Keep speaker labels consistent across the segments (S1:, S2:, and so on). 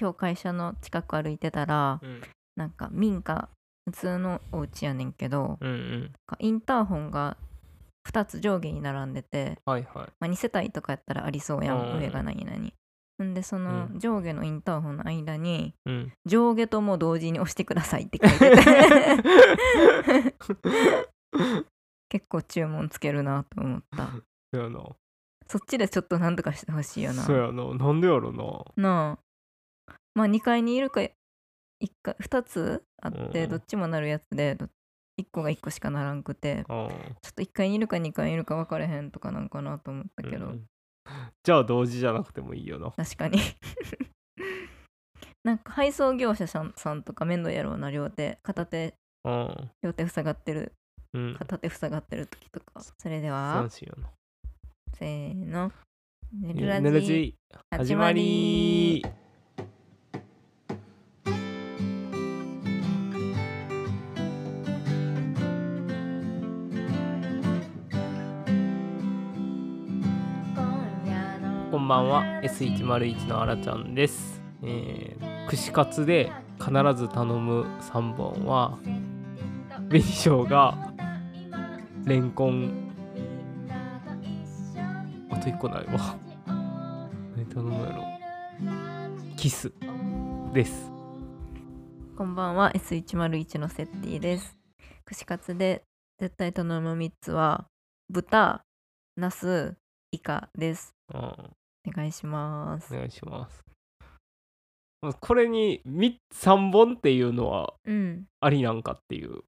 S1: 今日会社の近く歩いてたら
S2: うん
S1: なんか民家普通のお家やねんけど
S2: うんうん
S1: なんかインターホンが2つ上下に並んでて、
S2: はいはい
S1: まあ、2世帯とかやったらありそうや
S2: う
S1: ん
S2: ん
S1: 上が何々んでその
S2: う
S1: 上下のインターホンの間に
S2: うん
S1: 上下とも同時に押してくださいって書いて て結構注文つけるなと思った
S2: そやな
S1: そっちでちょっと何とかしてほしいよな
S2: そやななんでやろな
S1: なあまあ2階にいるか1階2つあって、
S2: うん
S1: どっちもなるやつで1個が1個しかならんくて
S2: あー
S1: ちょっと1階にいるか2階にいるか分かれへんとかなんかなと思ったけど、
S2: うんじゃあ同時じゃなくてもいいよな
S1: 確かに なんか配送業者さんさんとか面倒やろうな両手片手
S2: うん
S1: 両手塞がってる
S2: うん
S1: 片手塞がってる時とかそれでは
S2: 三振やな
S1: せーの「ぬ
S2: ぬるラジ始まりこんばんは S101 のあらちゃんです、えー串カツで必ず頼む3本は紅生姜レンコンあと1個ないわ何頼むやろキスです
S1: こんばんは S101 のセッティです串カツで絶対頼む3つは豚、ナス、イカです
S2: うん
S1: お願いします
S2: お願いしますこれに3本っていうのは
S1: うん
S2: ありなんかっていう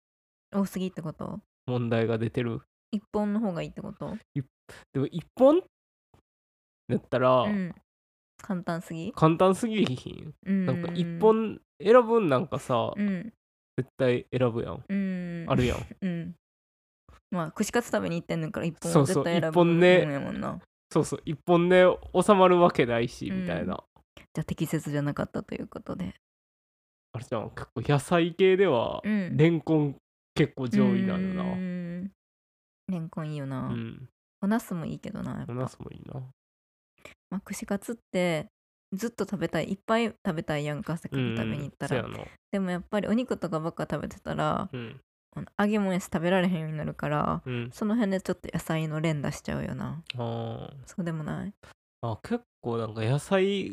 S1: 多すぎってこと
S2: 問題が出てる
S1: 一本の方がいいってこと
S2: でも1本だったら
S1: うん簡単すぎ
S2: 簡単すぎひん、
S1: うん
S2: なんか1本選ぶんなんかさ、
S1: うん
S2: 絶対選ぶやん
S1: うん
S2: あるやん
S1: うんまあ串カツ食べに行ってんねんから一本
S2: そ
S1: は
S2: うそ
S1: 絶
S2: う
S1: 対選ぶ
S2: 一本ね
S1: もんやもんな
S2: そうそう1本で収まるわけないし
S1: うん
S2: みたいな、
S1: じゃあ適切じゃなかったということで
S2: あれじゃん結構野菜系では、
S1: うん
S2: レンコン結構上位な
S1: う
S2: の
S1: んレンコンいいよな、
S2: なうん
S1: おナスもいいけどなやっぱ
S2: おナスもいいな
S1: まあ、串カツってずっと食べたいいっぱい食べたいやんかせっかく
S2: うん
S1: 食べに行ったら、
S2: そうやな
S1: でもやっぱりお肉とかばっか食べてたら
S2: うん
S1: あの揚げ物やし食べられへんようになるから
S2: うん
S1: その辺でちょっと野菜の連打しちゃうよな
S2: あ
S1: そうでもない
S2: ーあ結構なんか野菜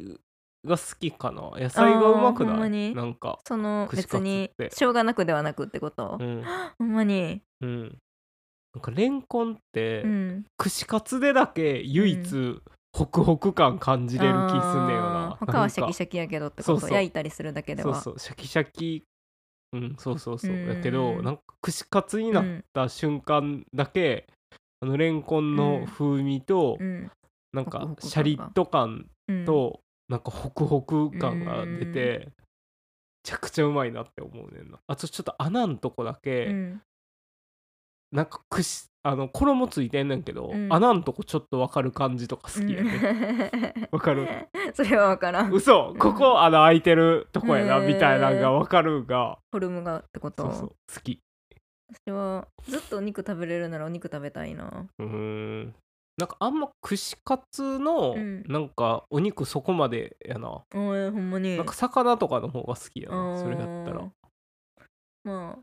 S2: が好きかな野菜がうまく
S1: あーほんま
S2: ない
S1: に
S2: なんか
S1: その
S2: 串カツ
S1: 別
S2: って
S1: にしょうがなくではなくってこと、
S2: うん
S1: ほんまに
S2: うんなんかレンコンって、
S1: うん
S2: 串カツでだけ唯一、
S1: う
S2: ホクホク感感じれる気すんねんよな
S1: あー他はシャ
S2: な
S1: キ
S2: んか
S1: シャキやけどってこと
S2: そうそう
S1: 焼いたりするだけで
S2: そ
S1: は
S2: うそうシャキシャキうんそうそうそう
S1: うん
S2: やけどなんか串カツにな
S1: う
S2: っ
S1: ん
S2: た瞬間だけ、あのレンコンの風味と、
S1: うん
S2: なん
S1: ホク
S2: か
S1: ホク感が
S2: シャリッと感
S1: うん
S2: と、なんかホクホク感が出て、めちゃくちゃうまいなって思うねんなあとちょっと穴んとこだけ、
S1: うん
S2: なんか串あの衣ついてんねんけど、
S1: うん
S2: 穴んとこちょっとわかる感じとか好きやねんわ、か る
S1: それは分からんフ
S2: 嘘ここ穴開いてるとこやな
S1: へー
S2: みたいなのがわかるが
S1: ォルムがってこと
S2: そうそう好き
S1: 私はずっとお肉食べれるならお肉食べたいな
S2: うーんなんかあんま串カツの
S1: うん
S2: なんかお肉そこまでやな、
S1: あーほんまに
S2: なんか魚とかの方が好きやな、それだった
S1: あ
S2: ら
S1: ーま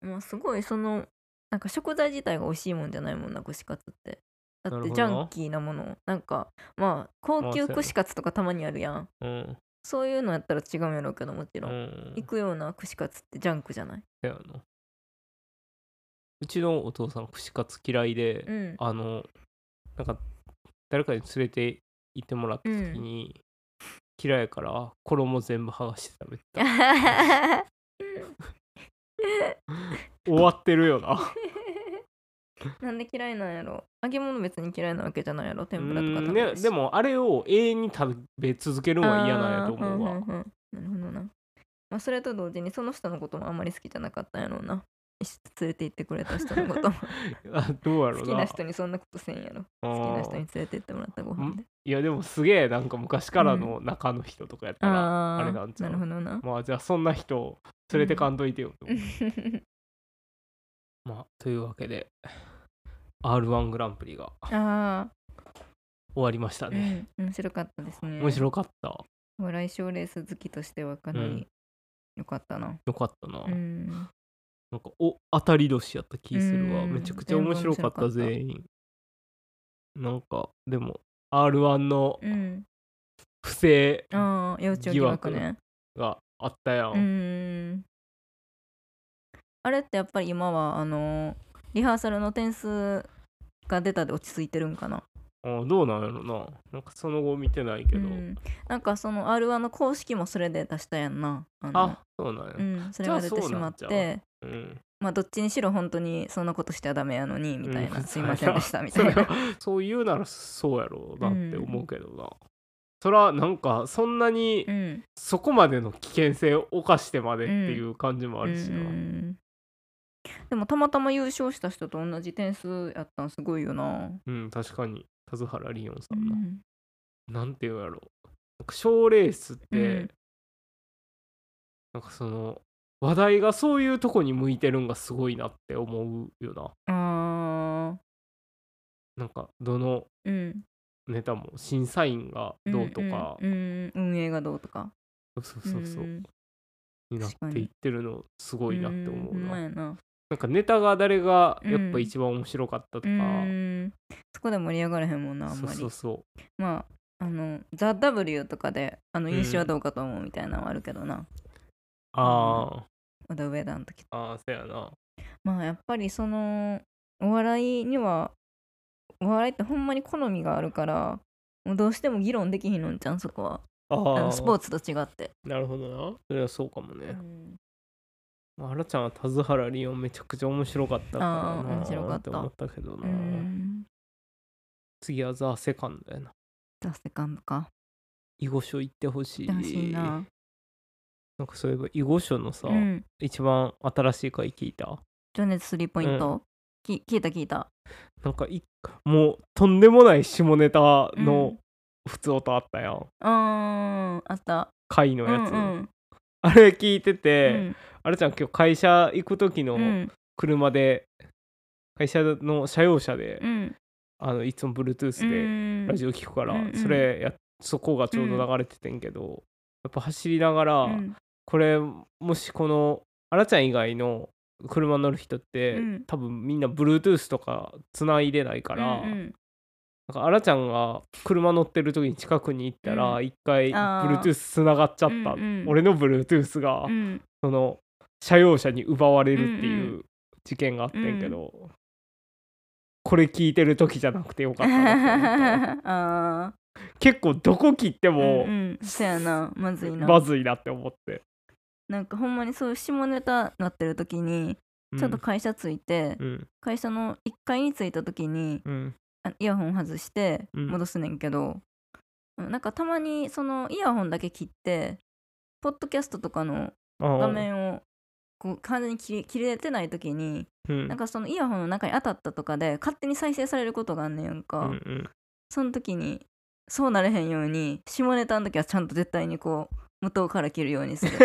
S1: あまあすごいそのなんか食材自体が美味しいもんじゃないもんな串カツってだ
S2: な
S1: っ
S2: る
S1: て
S2: ほど
S1: ジャンキーなものなんかまあ
S2: ま
S1: 高
S2: あそうや
S1: 級
S2: な
S1: 串カツとかたまにあるやん
S2: うん
S1: そういうのやったら違うんやろうけどもち
S2: う
S1: ろん、
S2: ん
S1: 行くような串カツってジャンクじゃない
S2: せやなうちのお父さん串カツ嫌いで、
S1: うん
S2: あのなんか誰かに連れて行ってもらった時に、嫌いから衣全部剥がして食べてた 終わってるよな
S1: なんで嫌いなんやろ揚げ物別に嫌いなわけじゃないやろ天ぷらとか
S2: う
S1: 食
S2: ん
S1: べる
S2: ね
S1: し
S2: でもあれを永遠に食べ続けるのは嫌なんやと思うわ
S1: あーんんんなるほどな。まあ、それと同時にその人のこともあんまり好きじゃなかったんやろうな。一緒に連れて行ってくれた人のことも
S2: あどうやろ
S1: 好
S2: う
S1: き
S2: な
S1: な人にそんなことせんやろ。
S2: あ
S1: 好き
S2: ー
S1: な人に連れて行ってもらったご飯で。
S2: いやでもすげえなんか昔からの中の人とかやったら、
S1: あー
S2: あれなんちゃう
S1: なるほどな。
S2: まあじゃあそんな人を連れてかんといてよと思う、まあというわけで r 1グランプリが
S1: ああ、
S2: 終わりました
S1: う
S2: ね、
S1: ん、面白かったですね。
S2: 面白かった
S1: 村井賞レース好きとしてはかな
S2: う
S1: り
S2: ん
S1: 良かったな。
S2: よかったな、
S1: うん。
S2: なんかお当たり年やった気するわ
S1: うん
S2: めちゃくちゃ面白かった
S1: 全部面白かった
S2: 全員なんかでも R1 の
S1: うん。
S2: 不正
S1: ああ、幼稚疑惑ね。
S2: があったやん、
S1: うん。あれってやっぱり今は、あの、リハーサルの点数が出たで落ち着いてるんかな。
S2: あどうなんやろななんかその後見てないけ
S1: う
S2: ど、
S1: ん、なんかその R1 の公式もそれで出したやんな。あの
S2: あそうなんや
S1: うん、それが出てしまっ
S2: じゃあそうなん
S1: て。
S2: うん
S1: まあどっちにしろ本当にそんなことしちゃダメやのにみたいな、
S2: うん
S1: すいませんでしたみたい
S2: それ
S1: な
S2: はそう言うならそうやろうなって思うけどな、それはなんかそんなに
S1: うん
S2: そこまでの危険性を犯してまでっていう感じもあるし
S1: うんう
S2: な、
S1: んでもたまたま優勝した人と同じ点数やったんすごいよな、
S2: うん、確かに田津原リオンさ
S1: うん
S2: な、
S1: ん
S2: なんていうんやろ賞レースって、
S1: うん
S2: なんかその話題がそういうとこに向いてるんがすごいなって思うよな
S1: あ
S2: なんかどの
S1: ーうん
S2: ネタも審査員がどうとか、
S1: うんうんうん運営がどうとか
S2: そうそうそう、
S1: ん
S2: になっていってるのすごいなって思う
S1: うんほん
S2: な、
S1: まやな
S2: なんかネタが誰がやっ
S1: う
S2: ぱ
S1: ん
S2: 一番面白かったとか、
S1: うんそこで盛り上がらへんもんなあん
S2: そう
S1: まり
S2: そうそ
S1: まああの「ザ・ w とかであの
S2: うん
S1: 印象はどうかと思うみたいなのはあるけどな、
S2: うあ
S1: 小田上田の時
S2: ーあーそやな
S1: まあやっぱりそのお笑いにはお笑いってほんまに好みがあるからもうどうしても議論できひんのんちゃんそこはあ
S2: あ
S1: のスポー
S2: ツ
S1: ツと違って、
S2: なるほどなそれはそうかも
S1: う
S2: ね、
S1: ん
S2: あらちゃんは田津原リオンめちゃくちゃ面白かったからな
S1: あー面白かった
S2: て思ったけど
S1: う
S2: な、
S1: ん、
S2: 次はザ・セカンドやな
S1: ザ・セカンドか
S2: 囲碁書行ってほしい
S1: 行ってほしいな、
S2: なんかそういえば囲碁書のさ、
S1: うん、
S2: 一番新しい回聞いた
S1: 情熱スリーポイント、き聞いた聞いた
S2: なんかいもうとんでもない下ネタ
S1: う
S2: の
S1: ん
S2: 普通音あったやん、
S1: あーあった
S2: 回のやつ、
S1: うんうん
S2: あれ聞いてて、
S1: うん
S2: あれちゃん今日会社行く時
S1: う
S2: の
S1: ん
S2: 車で、会社の車用車で、
S1: うん
S2: あのいつも Bluetooth で
S1: うん
S2: ラジオ聞くから、
S1: うんうん
S2: それやそこがちょうど流れててんけど、やっぱ走りながら、
S1: うん
S2: これもしこのあらちゃん以外の車乗る人って、
S1: うん
S2: 多分みんな Bluetooth とか繋いでないか
S1: う
S2: ら、
S1: んうん
S2: なんかあらちゃんが車乗ってる時に近くに行った
S1: う
S2: ら一、回
S1: あー
S2: Bluetooth 繋がっちゃった、
S1: うんうん
S2: 俺の Bluetooth が、
S1: うん
S2: その車用車に奪われるって
S1: うん
S2: いう事件があってんけど、これ聞いてる時じゃなくてよかったなって思 った
S1: あ
S2: 結構どこ切って
S1: ー
S2: も
S1: うんうん、そやなまずいな
S2: まずいなって思って、
S1: なんかほんまにそういう下ネタなってる時にちょっと会社着いて、
S2: うん
S1: 会社の1階に着いた時に
S2: うん
S1: あイヤホン外して
S2: うん
S1: 戻すねんけど、なんかたまにそのイヤホンだけ切ってポッドキャストとかの
S2: 画
S1: 画、面をこう完全に切り切れてない時に、
S2: うん、
S1: なんかそのイヤホンの中に当たったとかで勝手に再生されることがあんねやんか、
S2: うん うん
S1: その時にそうなれへんように下ネタの時はちゃんと絶対にこう元から切るようにする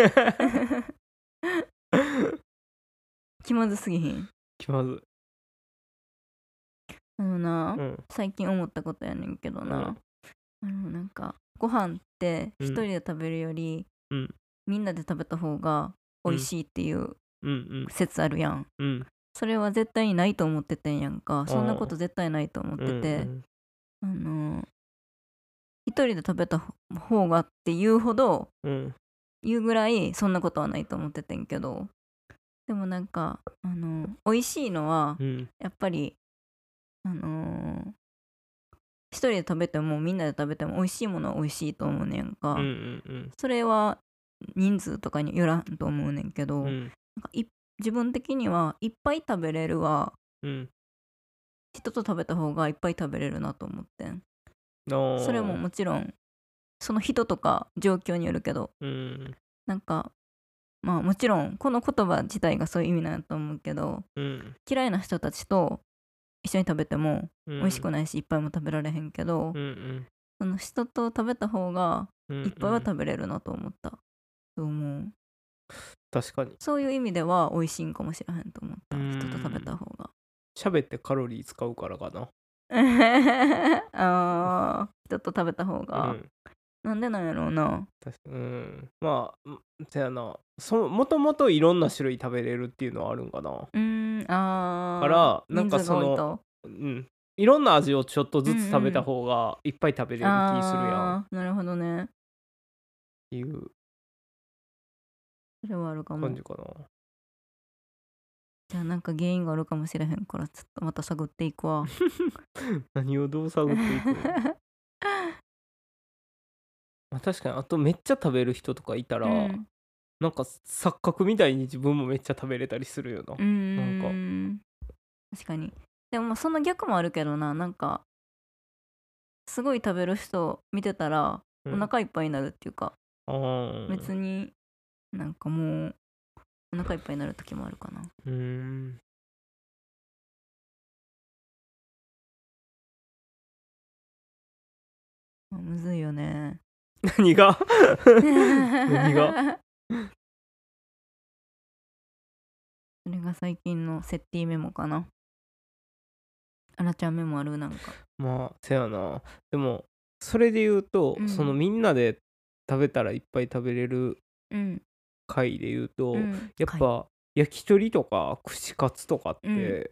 S1: 気まずすぎひん
S2: 気まず
S1: あのな、
S2: い、うん
S1: 最近思ったことやねんけどな、あのなんかご飯って
S2: うん
S1: 一人で食べるより、
S2: うん
S1: みんなで食べた方が美味しいっていう
S2: うん
S1: 説あるやん
S2: うんうん
S1: それは絶対にないと思っててんやんかそんなこと絶対ないと思って
S2: うん
S1: て、
S2: うん
S1: あの一人で食べた方がっていうほど
S2: うん
S1: 言うぐらいそんなことはないと思っててんけどでもなんかあの美味しいのは
S2: うん
S1: やっぱりあのー一人で食べてもみんなで食べても美味しいものは美味しいと思うねんか、
S2: うんうん
S1: それは人数とかによらんと思うねんけど、
S2: うんう
S1: なん
S2: ん
S1: かい自分的にはいっぱい食べれるは
S2: うん
S1: 人と食べた方がいっぱい食べれるなと思ってん
S2: の
S1: それももちろんその人とか状況によるけど
S2: うん
S1: なんかまあもちろんこの言葉自体がそういう意味なんやと思うけど
S2: うん
S1: 嫌いな人たちと一緒に食べても
S2: 美
S1: 美味しくないしいっぱいも食べられへんけど、
S2: うんうん
S1: その人と食べた方が
S2: うんうん
S1: いっぱいは食べれるなと思った、と思う
S2: 確かに
S1: そういう意味では美味しいんかもしれへんと思った、
S2: うん
S1: 人と食べた方が
S2: 喋ってカロリー使うからかな
S1: あー人と食べた方が
S2: うん
S1: なんでなんやろうな
S2: 確かうんまあんせやなそもともといろんな種類食べれるっていうのはあるんかな
S1: うーんあー
S2: からなんか
S1: 人数が多い
S2: その
S1: と
S2: うんいろんな味をちょっとずつ食べた方がいっぱい食べれる気するやんっ
S1: あーなるほどね
S2: ていう
S1: それはあるかも
S2: 感じかな、
S1: じゃあなんか原因があるかもしれへんからちょっとまた探っていくわ
S2: 何をどう探って いくのまあ確かにあとめっちゃ食べる人とかいたら、
S1: うん
S2: なんか錯覚みたいに自分もめっちゃ食べれたりするよな、
S1: うーん確かにでもまあその逆もあるけどななんかすごい食べる人見てたら
S2: うん
S1: お腹いっぱいになるっていうか、
S2: あー
S1: 別になんかもうお腹いっぱいになる時もあるかな
S2: うーん
S1: まあむずいよ ね
S2: 何が
S1: 何
S2: が
S1: それが最近のセッティメモかなあらちゃんメモあるなんか
S2: まあせやなでもそれで言うと、
S1: うん
S2: そのみんなで食べたらいっぱい食べれる
S1: うん、
S2: 回で言うと、
S1: うん
S2: やっぱ焼き鳥とか串カツとかって、
S1: うん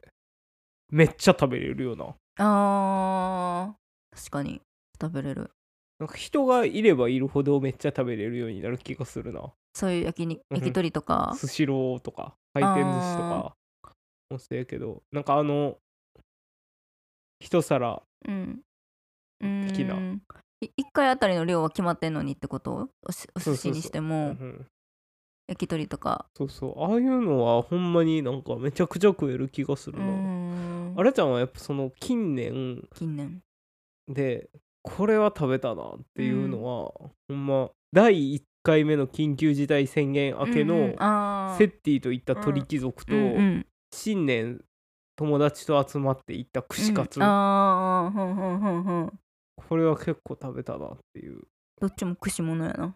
S2: めっちゃ食べれるよな
S1: あー確かに食べれる
S2: なんか人がいればいるほどめっちゃ食べれるようになる気がするな
S1: そういう焼きに
S2: うん
S1: 焼き鳥とか
S2: スシローとか回転寿司とかもそうやけどなんかあの一皿
S1: うんう
S2: 的な
S1: ーんい一回あたりの量は決まってんのにってことおしお寿司にして
S2: う
S1: も
S2: ん
S1: 焼き鳥とか
S2: そうそうああいうのはほんまになんかめちゃくちゃ食える気がす
S1: う
S2: る
S1: ー
S2: な、
S1: ん
S2: あらちゃんはやっぱその近年
S1: 近年
S2: でこれは食べたなっていうのは、ほんま第1回目の緊急事態宣言明け
S1: うんう
S2: の
S1: んあー
S2: セッティといった鳥貴族
S1: う
S2: と
S1: んうん
S2: 新年友達と集まって行った串カツ、
S1: うんああほんほんほんほん
S2: これは結構食べたなっていう
S1: どっちも串物やな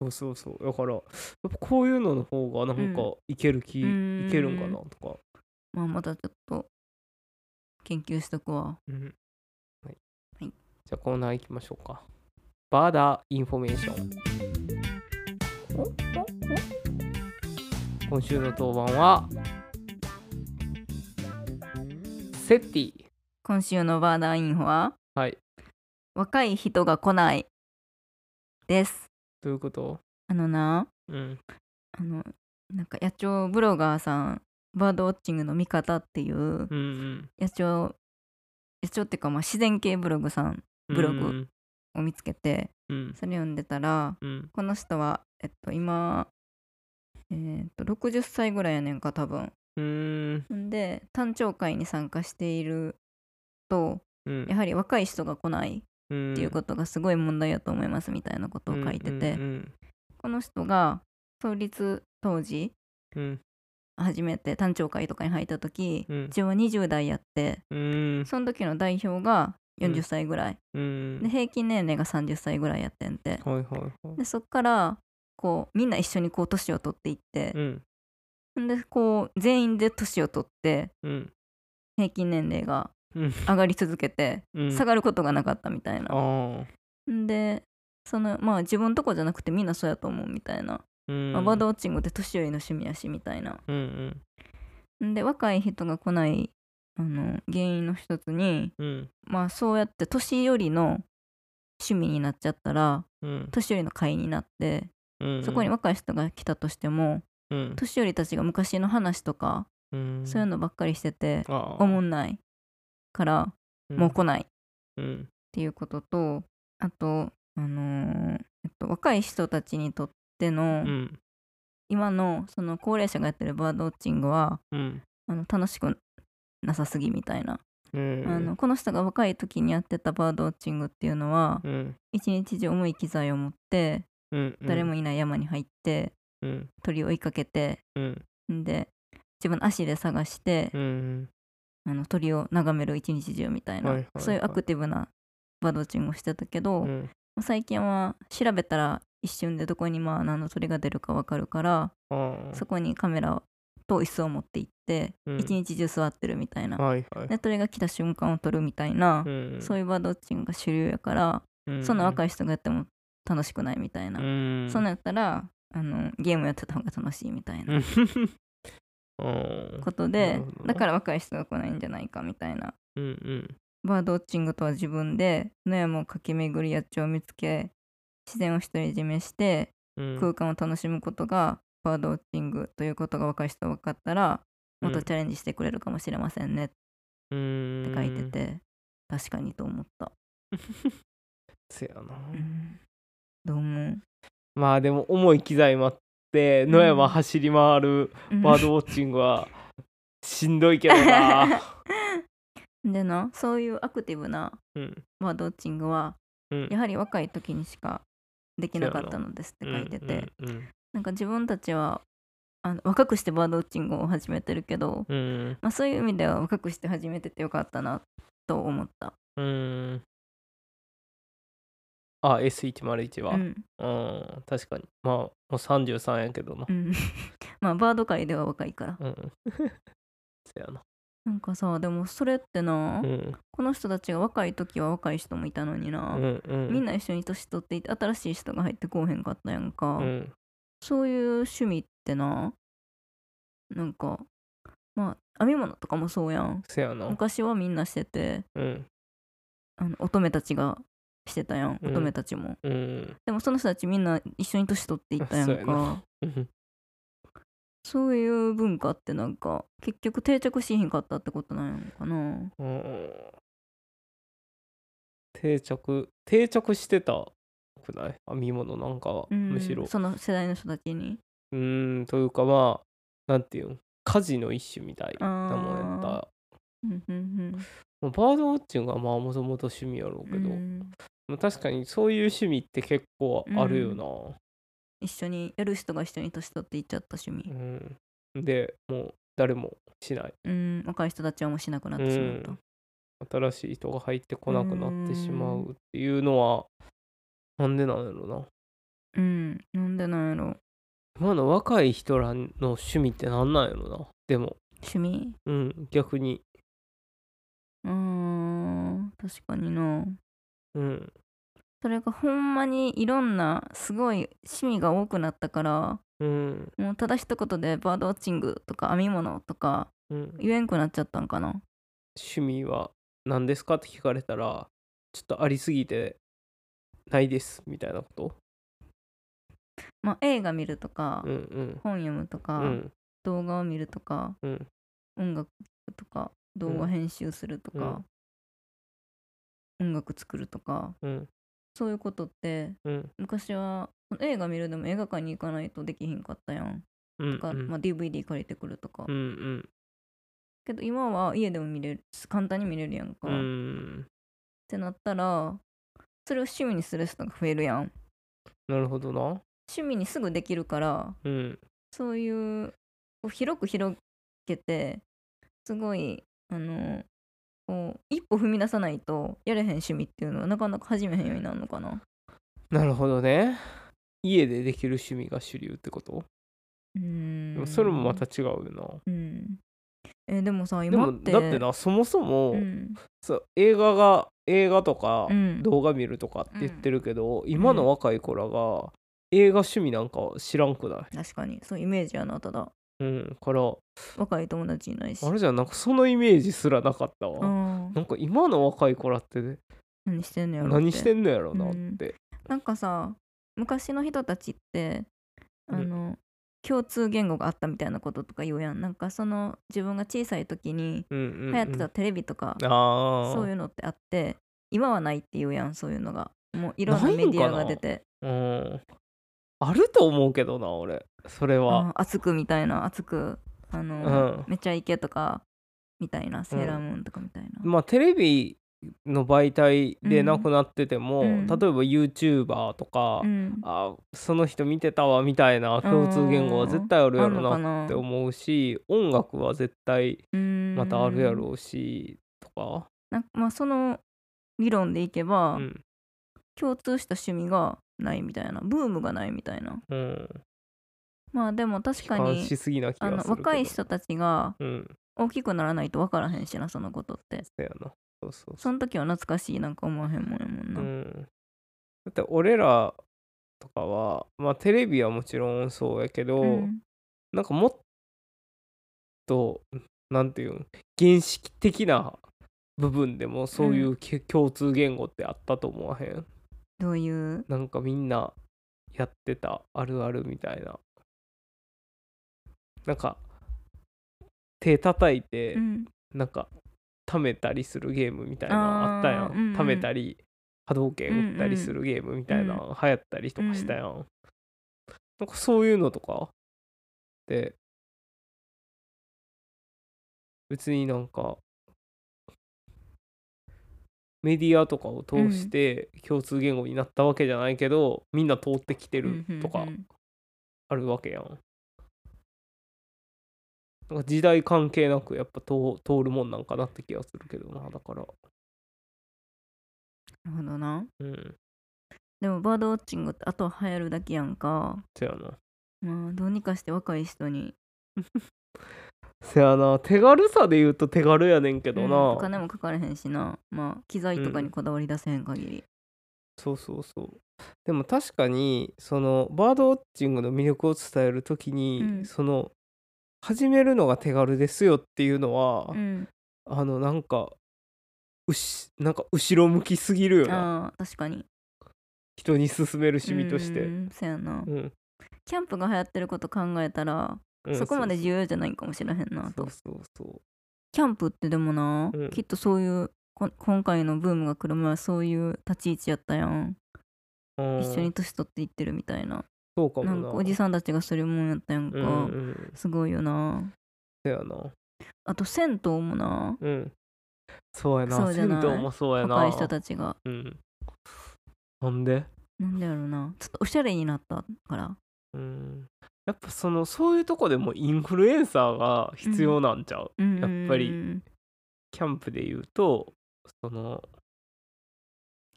S2: そうそうそうだからやっぱこういうのの方がなんか
S1: う
S2: いける気、
S1: うん
S2: いけるんかなとか、
S1: まあまたちょっと研究しとくわ
S2: うんはい
S1: はい
S2: じゃあコーナー行きましょうかバーダーインフォメーション今週の当番はセッティ
S1: 今週のバーダーインフォは
S2: はい
S1: 若い人が来ないです
S2: どういうこと
S1: あのな
S2: うん
S1: あのなんか野鳥ブロガーさんバードウォッチングの味方っていう
S2: うんうん
S1: 野鳥野鳥っていうかまあ自然系ブログさんブログ
S2: うん
S1: を見つけて
S2: うん
S1: それ読んでたら
S2: うん
S1: この人はえっと今えーっと60歳ぐらいやねんか多分
S2: うん
S1: ほんで単調会に参加していると
S2: うん
S1: やはり若い人が来ない
S2: っ
S1: っていうことがすごい問題やと思いますみたいなことを書いてて、
S2: うん
S1: この人が創立当時
S2: うん
S1: 初めて単調会とかに入った時
S2: うん
S1: 一応20代やって
S2: うん
S1: その時の代表が40歳ぐらい、
S2: うん
S1: で平均年齢が30歳ぐらいやってんて
S2: はいはいはい
S1: でそっからこうみんな一緒にこう年を取っていって
S2: う、ん
S1: ん、でこう全員で年を取って
S2: うん
S1: 平均年齢が
S2: うん
S1: 上がり続けて
S2: うん
S1: 下がることがなかったみたいな、
S2: ああ
S1: でそのまあ自分とこじゃなくてみんなそうやと思うみたいな、
S2: うん
S1: まあバードウォッチングって年寄りの趣味やしみたいな
S2: うん
S1: んで若い人が来ないあの原因の一つに
S2: うんうん
S1: まあそうやって年寄りの趣味になっちゃったら
S2: うん
S1: 年寄りの会になって
S2: うん
S1: そこに若い人が来たとしても
S2: うん
S1: 年寄りたちが昔の話とか
S2: うん
S1: そういうのばっかりしてて
S2: ああ
S1: おもんないから
S2: うん
S1: もう来ない
S2: うん
S1: っていうこととあとあのーえっと、若い人たちにとっての、
S2: うん
S1: 今のその高齢者がやってるバードウォッチングは
S2: うん
S1: あの楽しくなさすぎみたいな、
S2: うん
S1: あのこの人が若い時にやってたバードウォッチングっていうのは
S2: うん
S1: 一日中重い機材を持って
S2: うん
S1: 誰もいない山に入って
S2: うん
S1: 鳥を追いかけて
S2: うん
S1: んで自分の足で探して
S2: うん
S1: あの鳥を眺める一日中みたいな、
S2: はいはいはい
S1: そういうアクティブなバードウォッチングをしてたけど、
S2: うん
S1: 最近は調べたら一瞬でどこにまあ何の鳥が出るかわかるから、
S2: ああ
S1: そこにカメラと椅子を持って行って、
S2: うん
S1: 一日中座ってるみたいな、
S2: はいはい
S1: で鳥が来た瞬間を撮るみたいな、
S2: うん
S1: そういうバードウォッチングが主流やから、
S2: うん
S1: そんな若い人がやっても楽しくないみたいうな、
S2: ん
S1: そうなんやったらあのゲームやってた方が楽しいみたいな
S2: うん
S1: ことで
S2: なるほどな
S1: だから若い人が来ないんじゃないかみたいな
S2: うんうん
S1: バードウォッチングとは自分で野山を駆け巡り野鳥を見つけ自然を独り占めして
S2: うん
S1: 空間を楽しむことがバードウォッチングということが若い人は分かったらもっ
S2: う
S1: と
S2: ん
S1: チャレンジしてくれるかもしれませんねっ
S2: うん
S1: て書いてて確かにと思った、
S2: せやな
S1: うんどうも
S2: まあでも重い機材もあって野山走り回るバードウォッチングはしんどいけどな
S1: でなそういうアクティブな
S2: うん
S1: バードウォッチングは
S2: うん
S1: やはり若い時にしかできなかったのですって書いてて、
S2: うん
S1: なんか自分たちはあの若くしてバードウォッチングを始めてるけど、
S2: うん
S1: まあ、そういう意味では若くして始めててよかったなと思った。
S2: うんうんあ S101 は
S1: うん
S2: うん確かにまあもう33やけどな
S1: うん まあバード界では若いから
S2: うん せやな
S1: なんかさでもそれってな、
S2: うん
S1: この人たちが若い時は若い人もいたのに
S2: う
S1: な、
S2: んうん
S1: みんな一緒に年取っていて新しい人が入ってこうへんかったやんか、
S2: うん
S1: そういう趣味ってななんかまあ編み物とかもそうやん
S2: せやな
S1: 昔はみんなしてて
S2: うん
S1: あの乙女たちがしてたやん
S2: うん
S1: 乙女たちも、
S2: うん
S1: でもその人たちみんな一緒に年取っていったやん
S2: そうや
S1: か
S2: なうん
S1: そういう文化ってなんか結局定着しひんかったってことなんやのかな
S2: うん定着定着してたくない編み物なんかは
S1: うん
S2: むしろ
S1: その世代の人たちに
S2: うーんというかまあなんていうん家事の一種みたいなもんやった
S1: あうんうん
S2: まあバードウォッチングはまあもともと趣味やろう
S1: う
S2: けど、
S1: ん
S2: まあ確かにそういう趣味って結構あるよな、
S1: 一緒にやる人が一緒に年取っていっちゃった趣味
S2: うんでもう誰もしない、
S1: うん若い人たちはもうしなくなってしまった、
S2: うん新しい人が入ってこなくなってしまうっていうのはなんでなんやろな
S1: うん、なんでなんやろ
S2: 今の若い人らの趣味ってなんなんやろなでも
S1: 趣味
S2: うん逆に
S1: うーん確かにな
S2: うん
S1: それがほんまにいろんなすごい趣味が多くなったから
S2: うん
S1: もうただ一言でバードウォッチングとか編み物とか
S2: うん
S1: 言えんくなっちゃったんかな
S2: 趣味は何ですかって聞かれたらちょっとありすぎてないですみたいなこと
S1: まあ映画見るとか、
S2: うんうん
S1: 本読むと
S2: う
S1: か、
S2: ん
S1: 動画を見るとか
S2: うん
S1: 音楽とか動
S2: う
S1: 画
S2: ん
S1: 編集するとか、音楽作るとか
S2: うん
S1: そういうことって
S2: うん
S1: 昔は映画見るでも映画館に行かないとできひんかったやん
S2: うん
S1: とか、
S2: うん
S1: まあ、DVD 借りてくるとか、
S2: うんうん
S1: けど今は家でも見れる簡単に見れるやんか、
S2: う
S1: っ
S2: ん
S1: てなったらそれを趣味にする人が増えるやん
S2: なるほどな
S1: 趣味にすぐできるから
S2: うん
S1: そういうこう広く広げてすごいあのこう一歩踏み出さないとやれへん趣味っていうのはなかなか始めへんようになるのかな
S2: なるほどね家でできる趣味が主流ってこと
S1: う
S2: で
S1: ーん
S2: もそれもまた違うよな
S1: うんえでもさ
S2: で
S1: 今
S2: も
S1: って
S2: だってなそもそも、
S1: うん
S2: そう映画が映画とか
S1: うん
S2: 動画見るとかって言ってるけど、今の若い子らが映画趣味なんか知らんくない、
S1: 確かにそうイメージやなただ
S2: うん、から
S1: 若い友達いないし
S2: あれじゃんなんかそのイメージすらなかったわ、
S1: あー
S2: なんか今の若い子らって
S1: 何してんのやろって
S2: 何してんのやろなっ
S1: うん
S2: て、
S1: なんかさ昔の人たちってあ
S2: うん
S1: の、共通言語があったみたいなこととか言うやんなんかその自分が小さい時に
S2: うんうんうん
S1: 流行ってたテレビとか、
S2: ああ
S1: そういうのってあって今はないって言うやんそういうのがもういろんなメディアが出て
S2: うん、あると思うけどな俺それは
S1: あ熱くみたいな熱くあの、
S2: うん
S1: めちゃイケとかみたいなセーラームーンとかみたいな、
S2: まあテレビの媒体でなくなってても、
S1: うん
S2: 例えば YouTuber とか、
S1: うん
S2: あその人見てたわみたいな共通言語は絶対あるや
S1: あんの
S2: ろ
S1: か
S2: な
S1: な
S2: って思うし音楽は絶対またあるやろうしとか
S1: なんかまあその理論でいけば、
S2: うん
S1: 共通した趣味がないみたいなブームがないみたいな
S2: うん
S1: まあでも確か
S2: 悲観
S1: に
S2: しすぎな気
S1: あ
S2: が
S1: の
S2: するけど
S1: 若い人たちが
S2: うん
S1: 大きくならないと分からへんしなそのことって
S2: そうやなそうそうそ
S1: その時は懐かしいなんか思わへんもんやもん
S2: う、
S1: な、
S2: うん、だって俺らとかはまあテレビはもちろんそうやけど、
S1: うん
S2: なんかもっとなんていうん原始的な部分でもそういうけ共通言語ってあったと思わへん、
S1: どういう
S2: なんかみんなやってたあるあるみたいななんか手叩いて、
S1: うん
S2: なんか貯めたりするゲームみたいなのあったやん、
S1: あーうんうん
S2: 貯めたり波動拳打ったりするゲームみたいな
S1: うん
S2: の流行ったりとかしたやん、なんかそういうのとかで別になんかメディアとかを通して共通言語になったわけじゃないけど、みんな通ってきてると
S1: う
S2: か
S1: んうん
S2: あるわけやん。なんか時代関係なくやっぱ通通るもんなんかなって気がするけどなだから。
S1: うんなるほどな
S2: うん。
S1: でもバードウォッチングってあとは流行るだけやんか
S2: せやな。
S1: まあどうにかして若い人に、
S2: せやな。手軽さで言うと手軽やねんけど
S1: うん
S2: な。
S1: お金もかからへんしなまあ機材とかにこだわり出せへん限り、
S2: そうそうそう。でも確かにそのバードウォッチングの魅力を伝えるときに、
S1: うん
S2: その始めるのが手軽ですよっていうのは、
S1: うん
S2: あのなんかうしなんか後ろ向きすぎるよな
S1: ああ確かに
S2: 人に勧める趣味として。
S1: うんうんうんそうやな、
S2: うん
S1: キャンプが流行ってること考えたら、
S2: うん
S1: そこまで重要じゃないかもしれへんな
S2: そ
S1: と
S2: うそうそう
S1: キャンプってでもな、
S2: うん
S1: きっとそういうこ今回のブームが来る前はそういう立ち位置やったやん、
S2: そう、うん
S1: 一緒に年取っていってるみたいな
S2: そうかも
S1: な
S2: なん
S1: かおじさんたちがするもんやったやんか、
S2: うんうんうん
S1: すごいよな
S2: そうやな
S1: あと銭湯もな
S2: うんそうやな
S1: そうじゃない
S2: 銭湯もそうやな
S1: 若い人たちが
S2: うんなんで
S1: なんでやろうなちょっとおしゃれになったから
S2: うんやっぱそのそういうとこでもインフルエンサーが必要なんちゃう、
S1: うん
S2: やっぱり
S1: うん
S2: キャンプで言うとその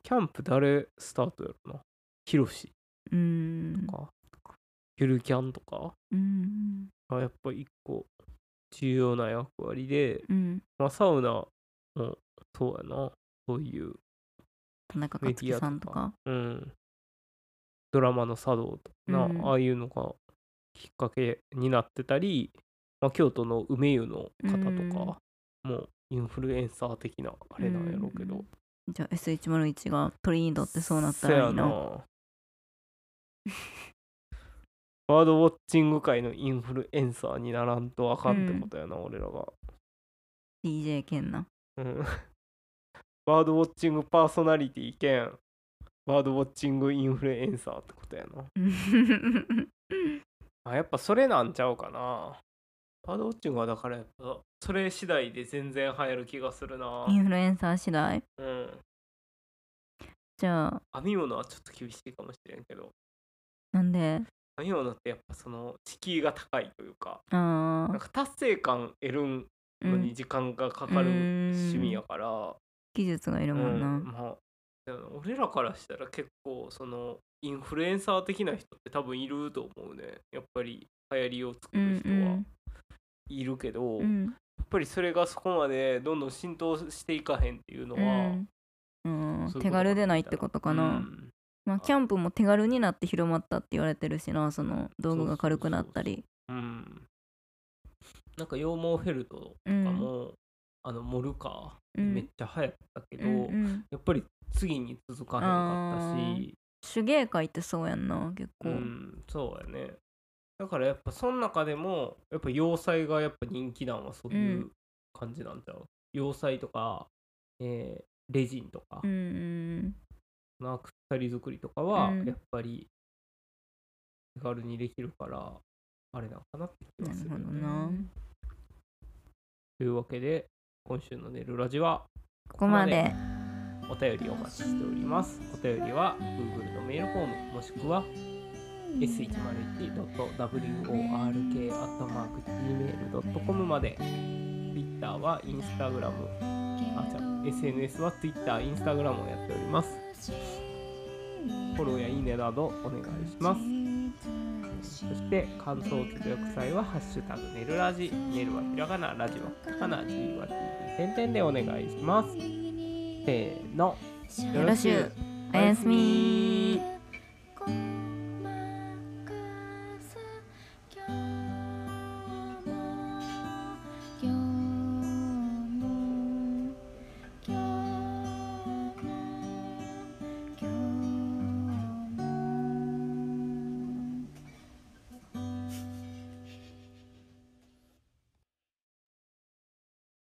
S2: キャンプ誰スタートやろなヒロシ
S1: うん
S2: とかゆるキャンとか
S1: うん
S2: がやっぱ一個重要な役割で
S1: うん
S2: まあサウナもそうやなそういう
S1: 田中克樹さんとか
S2: うん、ドラマの茶道とかな、
S1: うん
S2: ああいうのがきっかけになってたり、まあ、京都の梅湯の方とか、もうインフルエンサー的なあれなんやろうけど、
S1: うんじゃあ S101 が鳥にとってそうなった
S2: せ
S1: らい
S2: や
S1: いな
S2: なバードウォッチング界のインフルエンサーにならんとあかんってことやな、俺らが、
S1: DJ 兼 な
S2: うん、バードウォッチングパーソナリティ兼バードウォッチングインフルエンサーってことやなあやっぱそれなんちゃうかなバードウォッチングはだからやっぱそれ次第で全然流行る気がするな
S1: インフルエンサー次第
S2: うん
S1: じゃあ
S2: 編み物はちょっと厳しいかもしれんけど
S1: なんで
S2: 編み物ってやっぱその敷居が高いというか
S1: あ
S2: なん
S1: あ、
S2: か達成感得る
S1: う
S2: の
S1: ん
S2: に、時間がかかる趣味やから
S1: 技術がいる
S2: う
S1: もんな、
S2: んまあでも俺らからしたら結構そのインフルエンサー的な人って多分いると思うねやっぱり流行りを作
S1: う
S2: る人は
S1: ん
S2: いるけど、
S1: うんうん
S2: やっぱりそれがそこまでどんどん浸透していかへんっていうの
S1: う
S2: は、
S1: んうん
S2: そういうことか
S1: 手軽でないってことかな、
S2: うん
S1: まあ、キャンプも手軽になって広まったって言われてるしなその道具が軽くなったり
S2: うんなんか羊毛フェルトとかも、あのモルカ
S1: う
S2: ー
S1: ん
S2: めっちゃ流行ったけど、
S1: うんうん
S2: やっぱり次に続かへんかったし、
S1: 手芸界ってそうやんな結
S2: う
S1: 構、
S2: ん、そうやねだからやっぱその中でもやっぱ要塞がやっぱ人気なんはそういうう感じなんちゃう、要塞とか、えーレジンとか、
S1: うんうん
S2: な鎖作りとかは
S1: うん
S2: やっぱり手軽にできるからあれなのかなって気がするよね、
S1: なるほどな
S2: というわけで今週の「寝るラジは
S1: ここまで
S2: お便りお待ちしておりますお便りは Google のメールフォームもしくは s101.work.gmail.com まで Twitter は Instagram あじゃあ SNS は Twitter、Instagram をやっておりますフォローやいいねなどお願いしますそして感想をつぶやく際は「ハッシュタグねるラジ」ねるはひらがなラジはカタカナ G は T 点々でお願いしますせーの
S1: よろしゅうおやすみ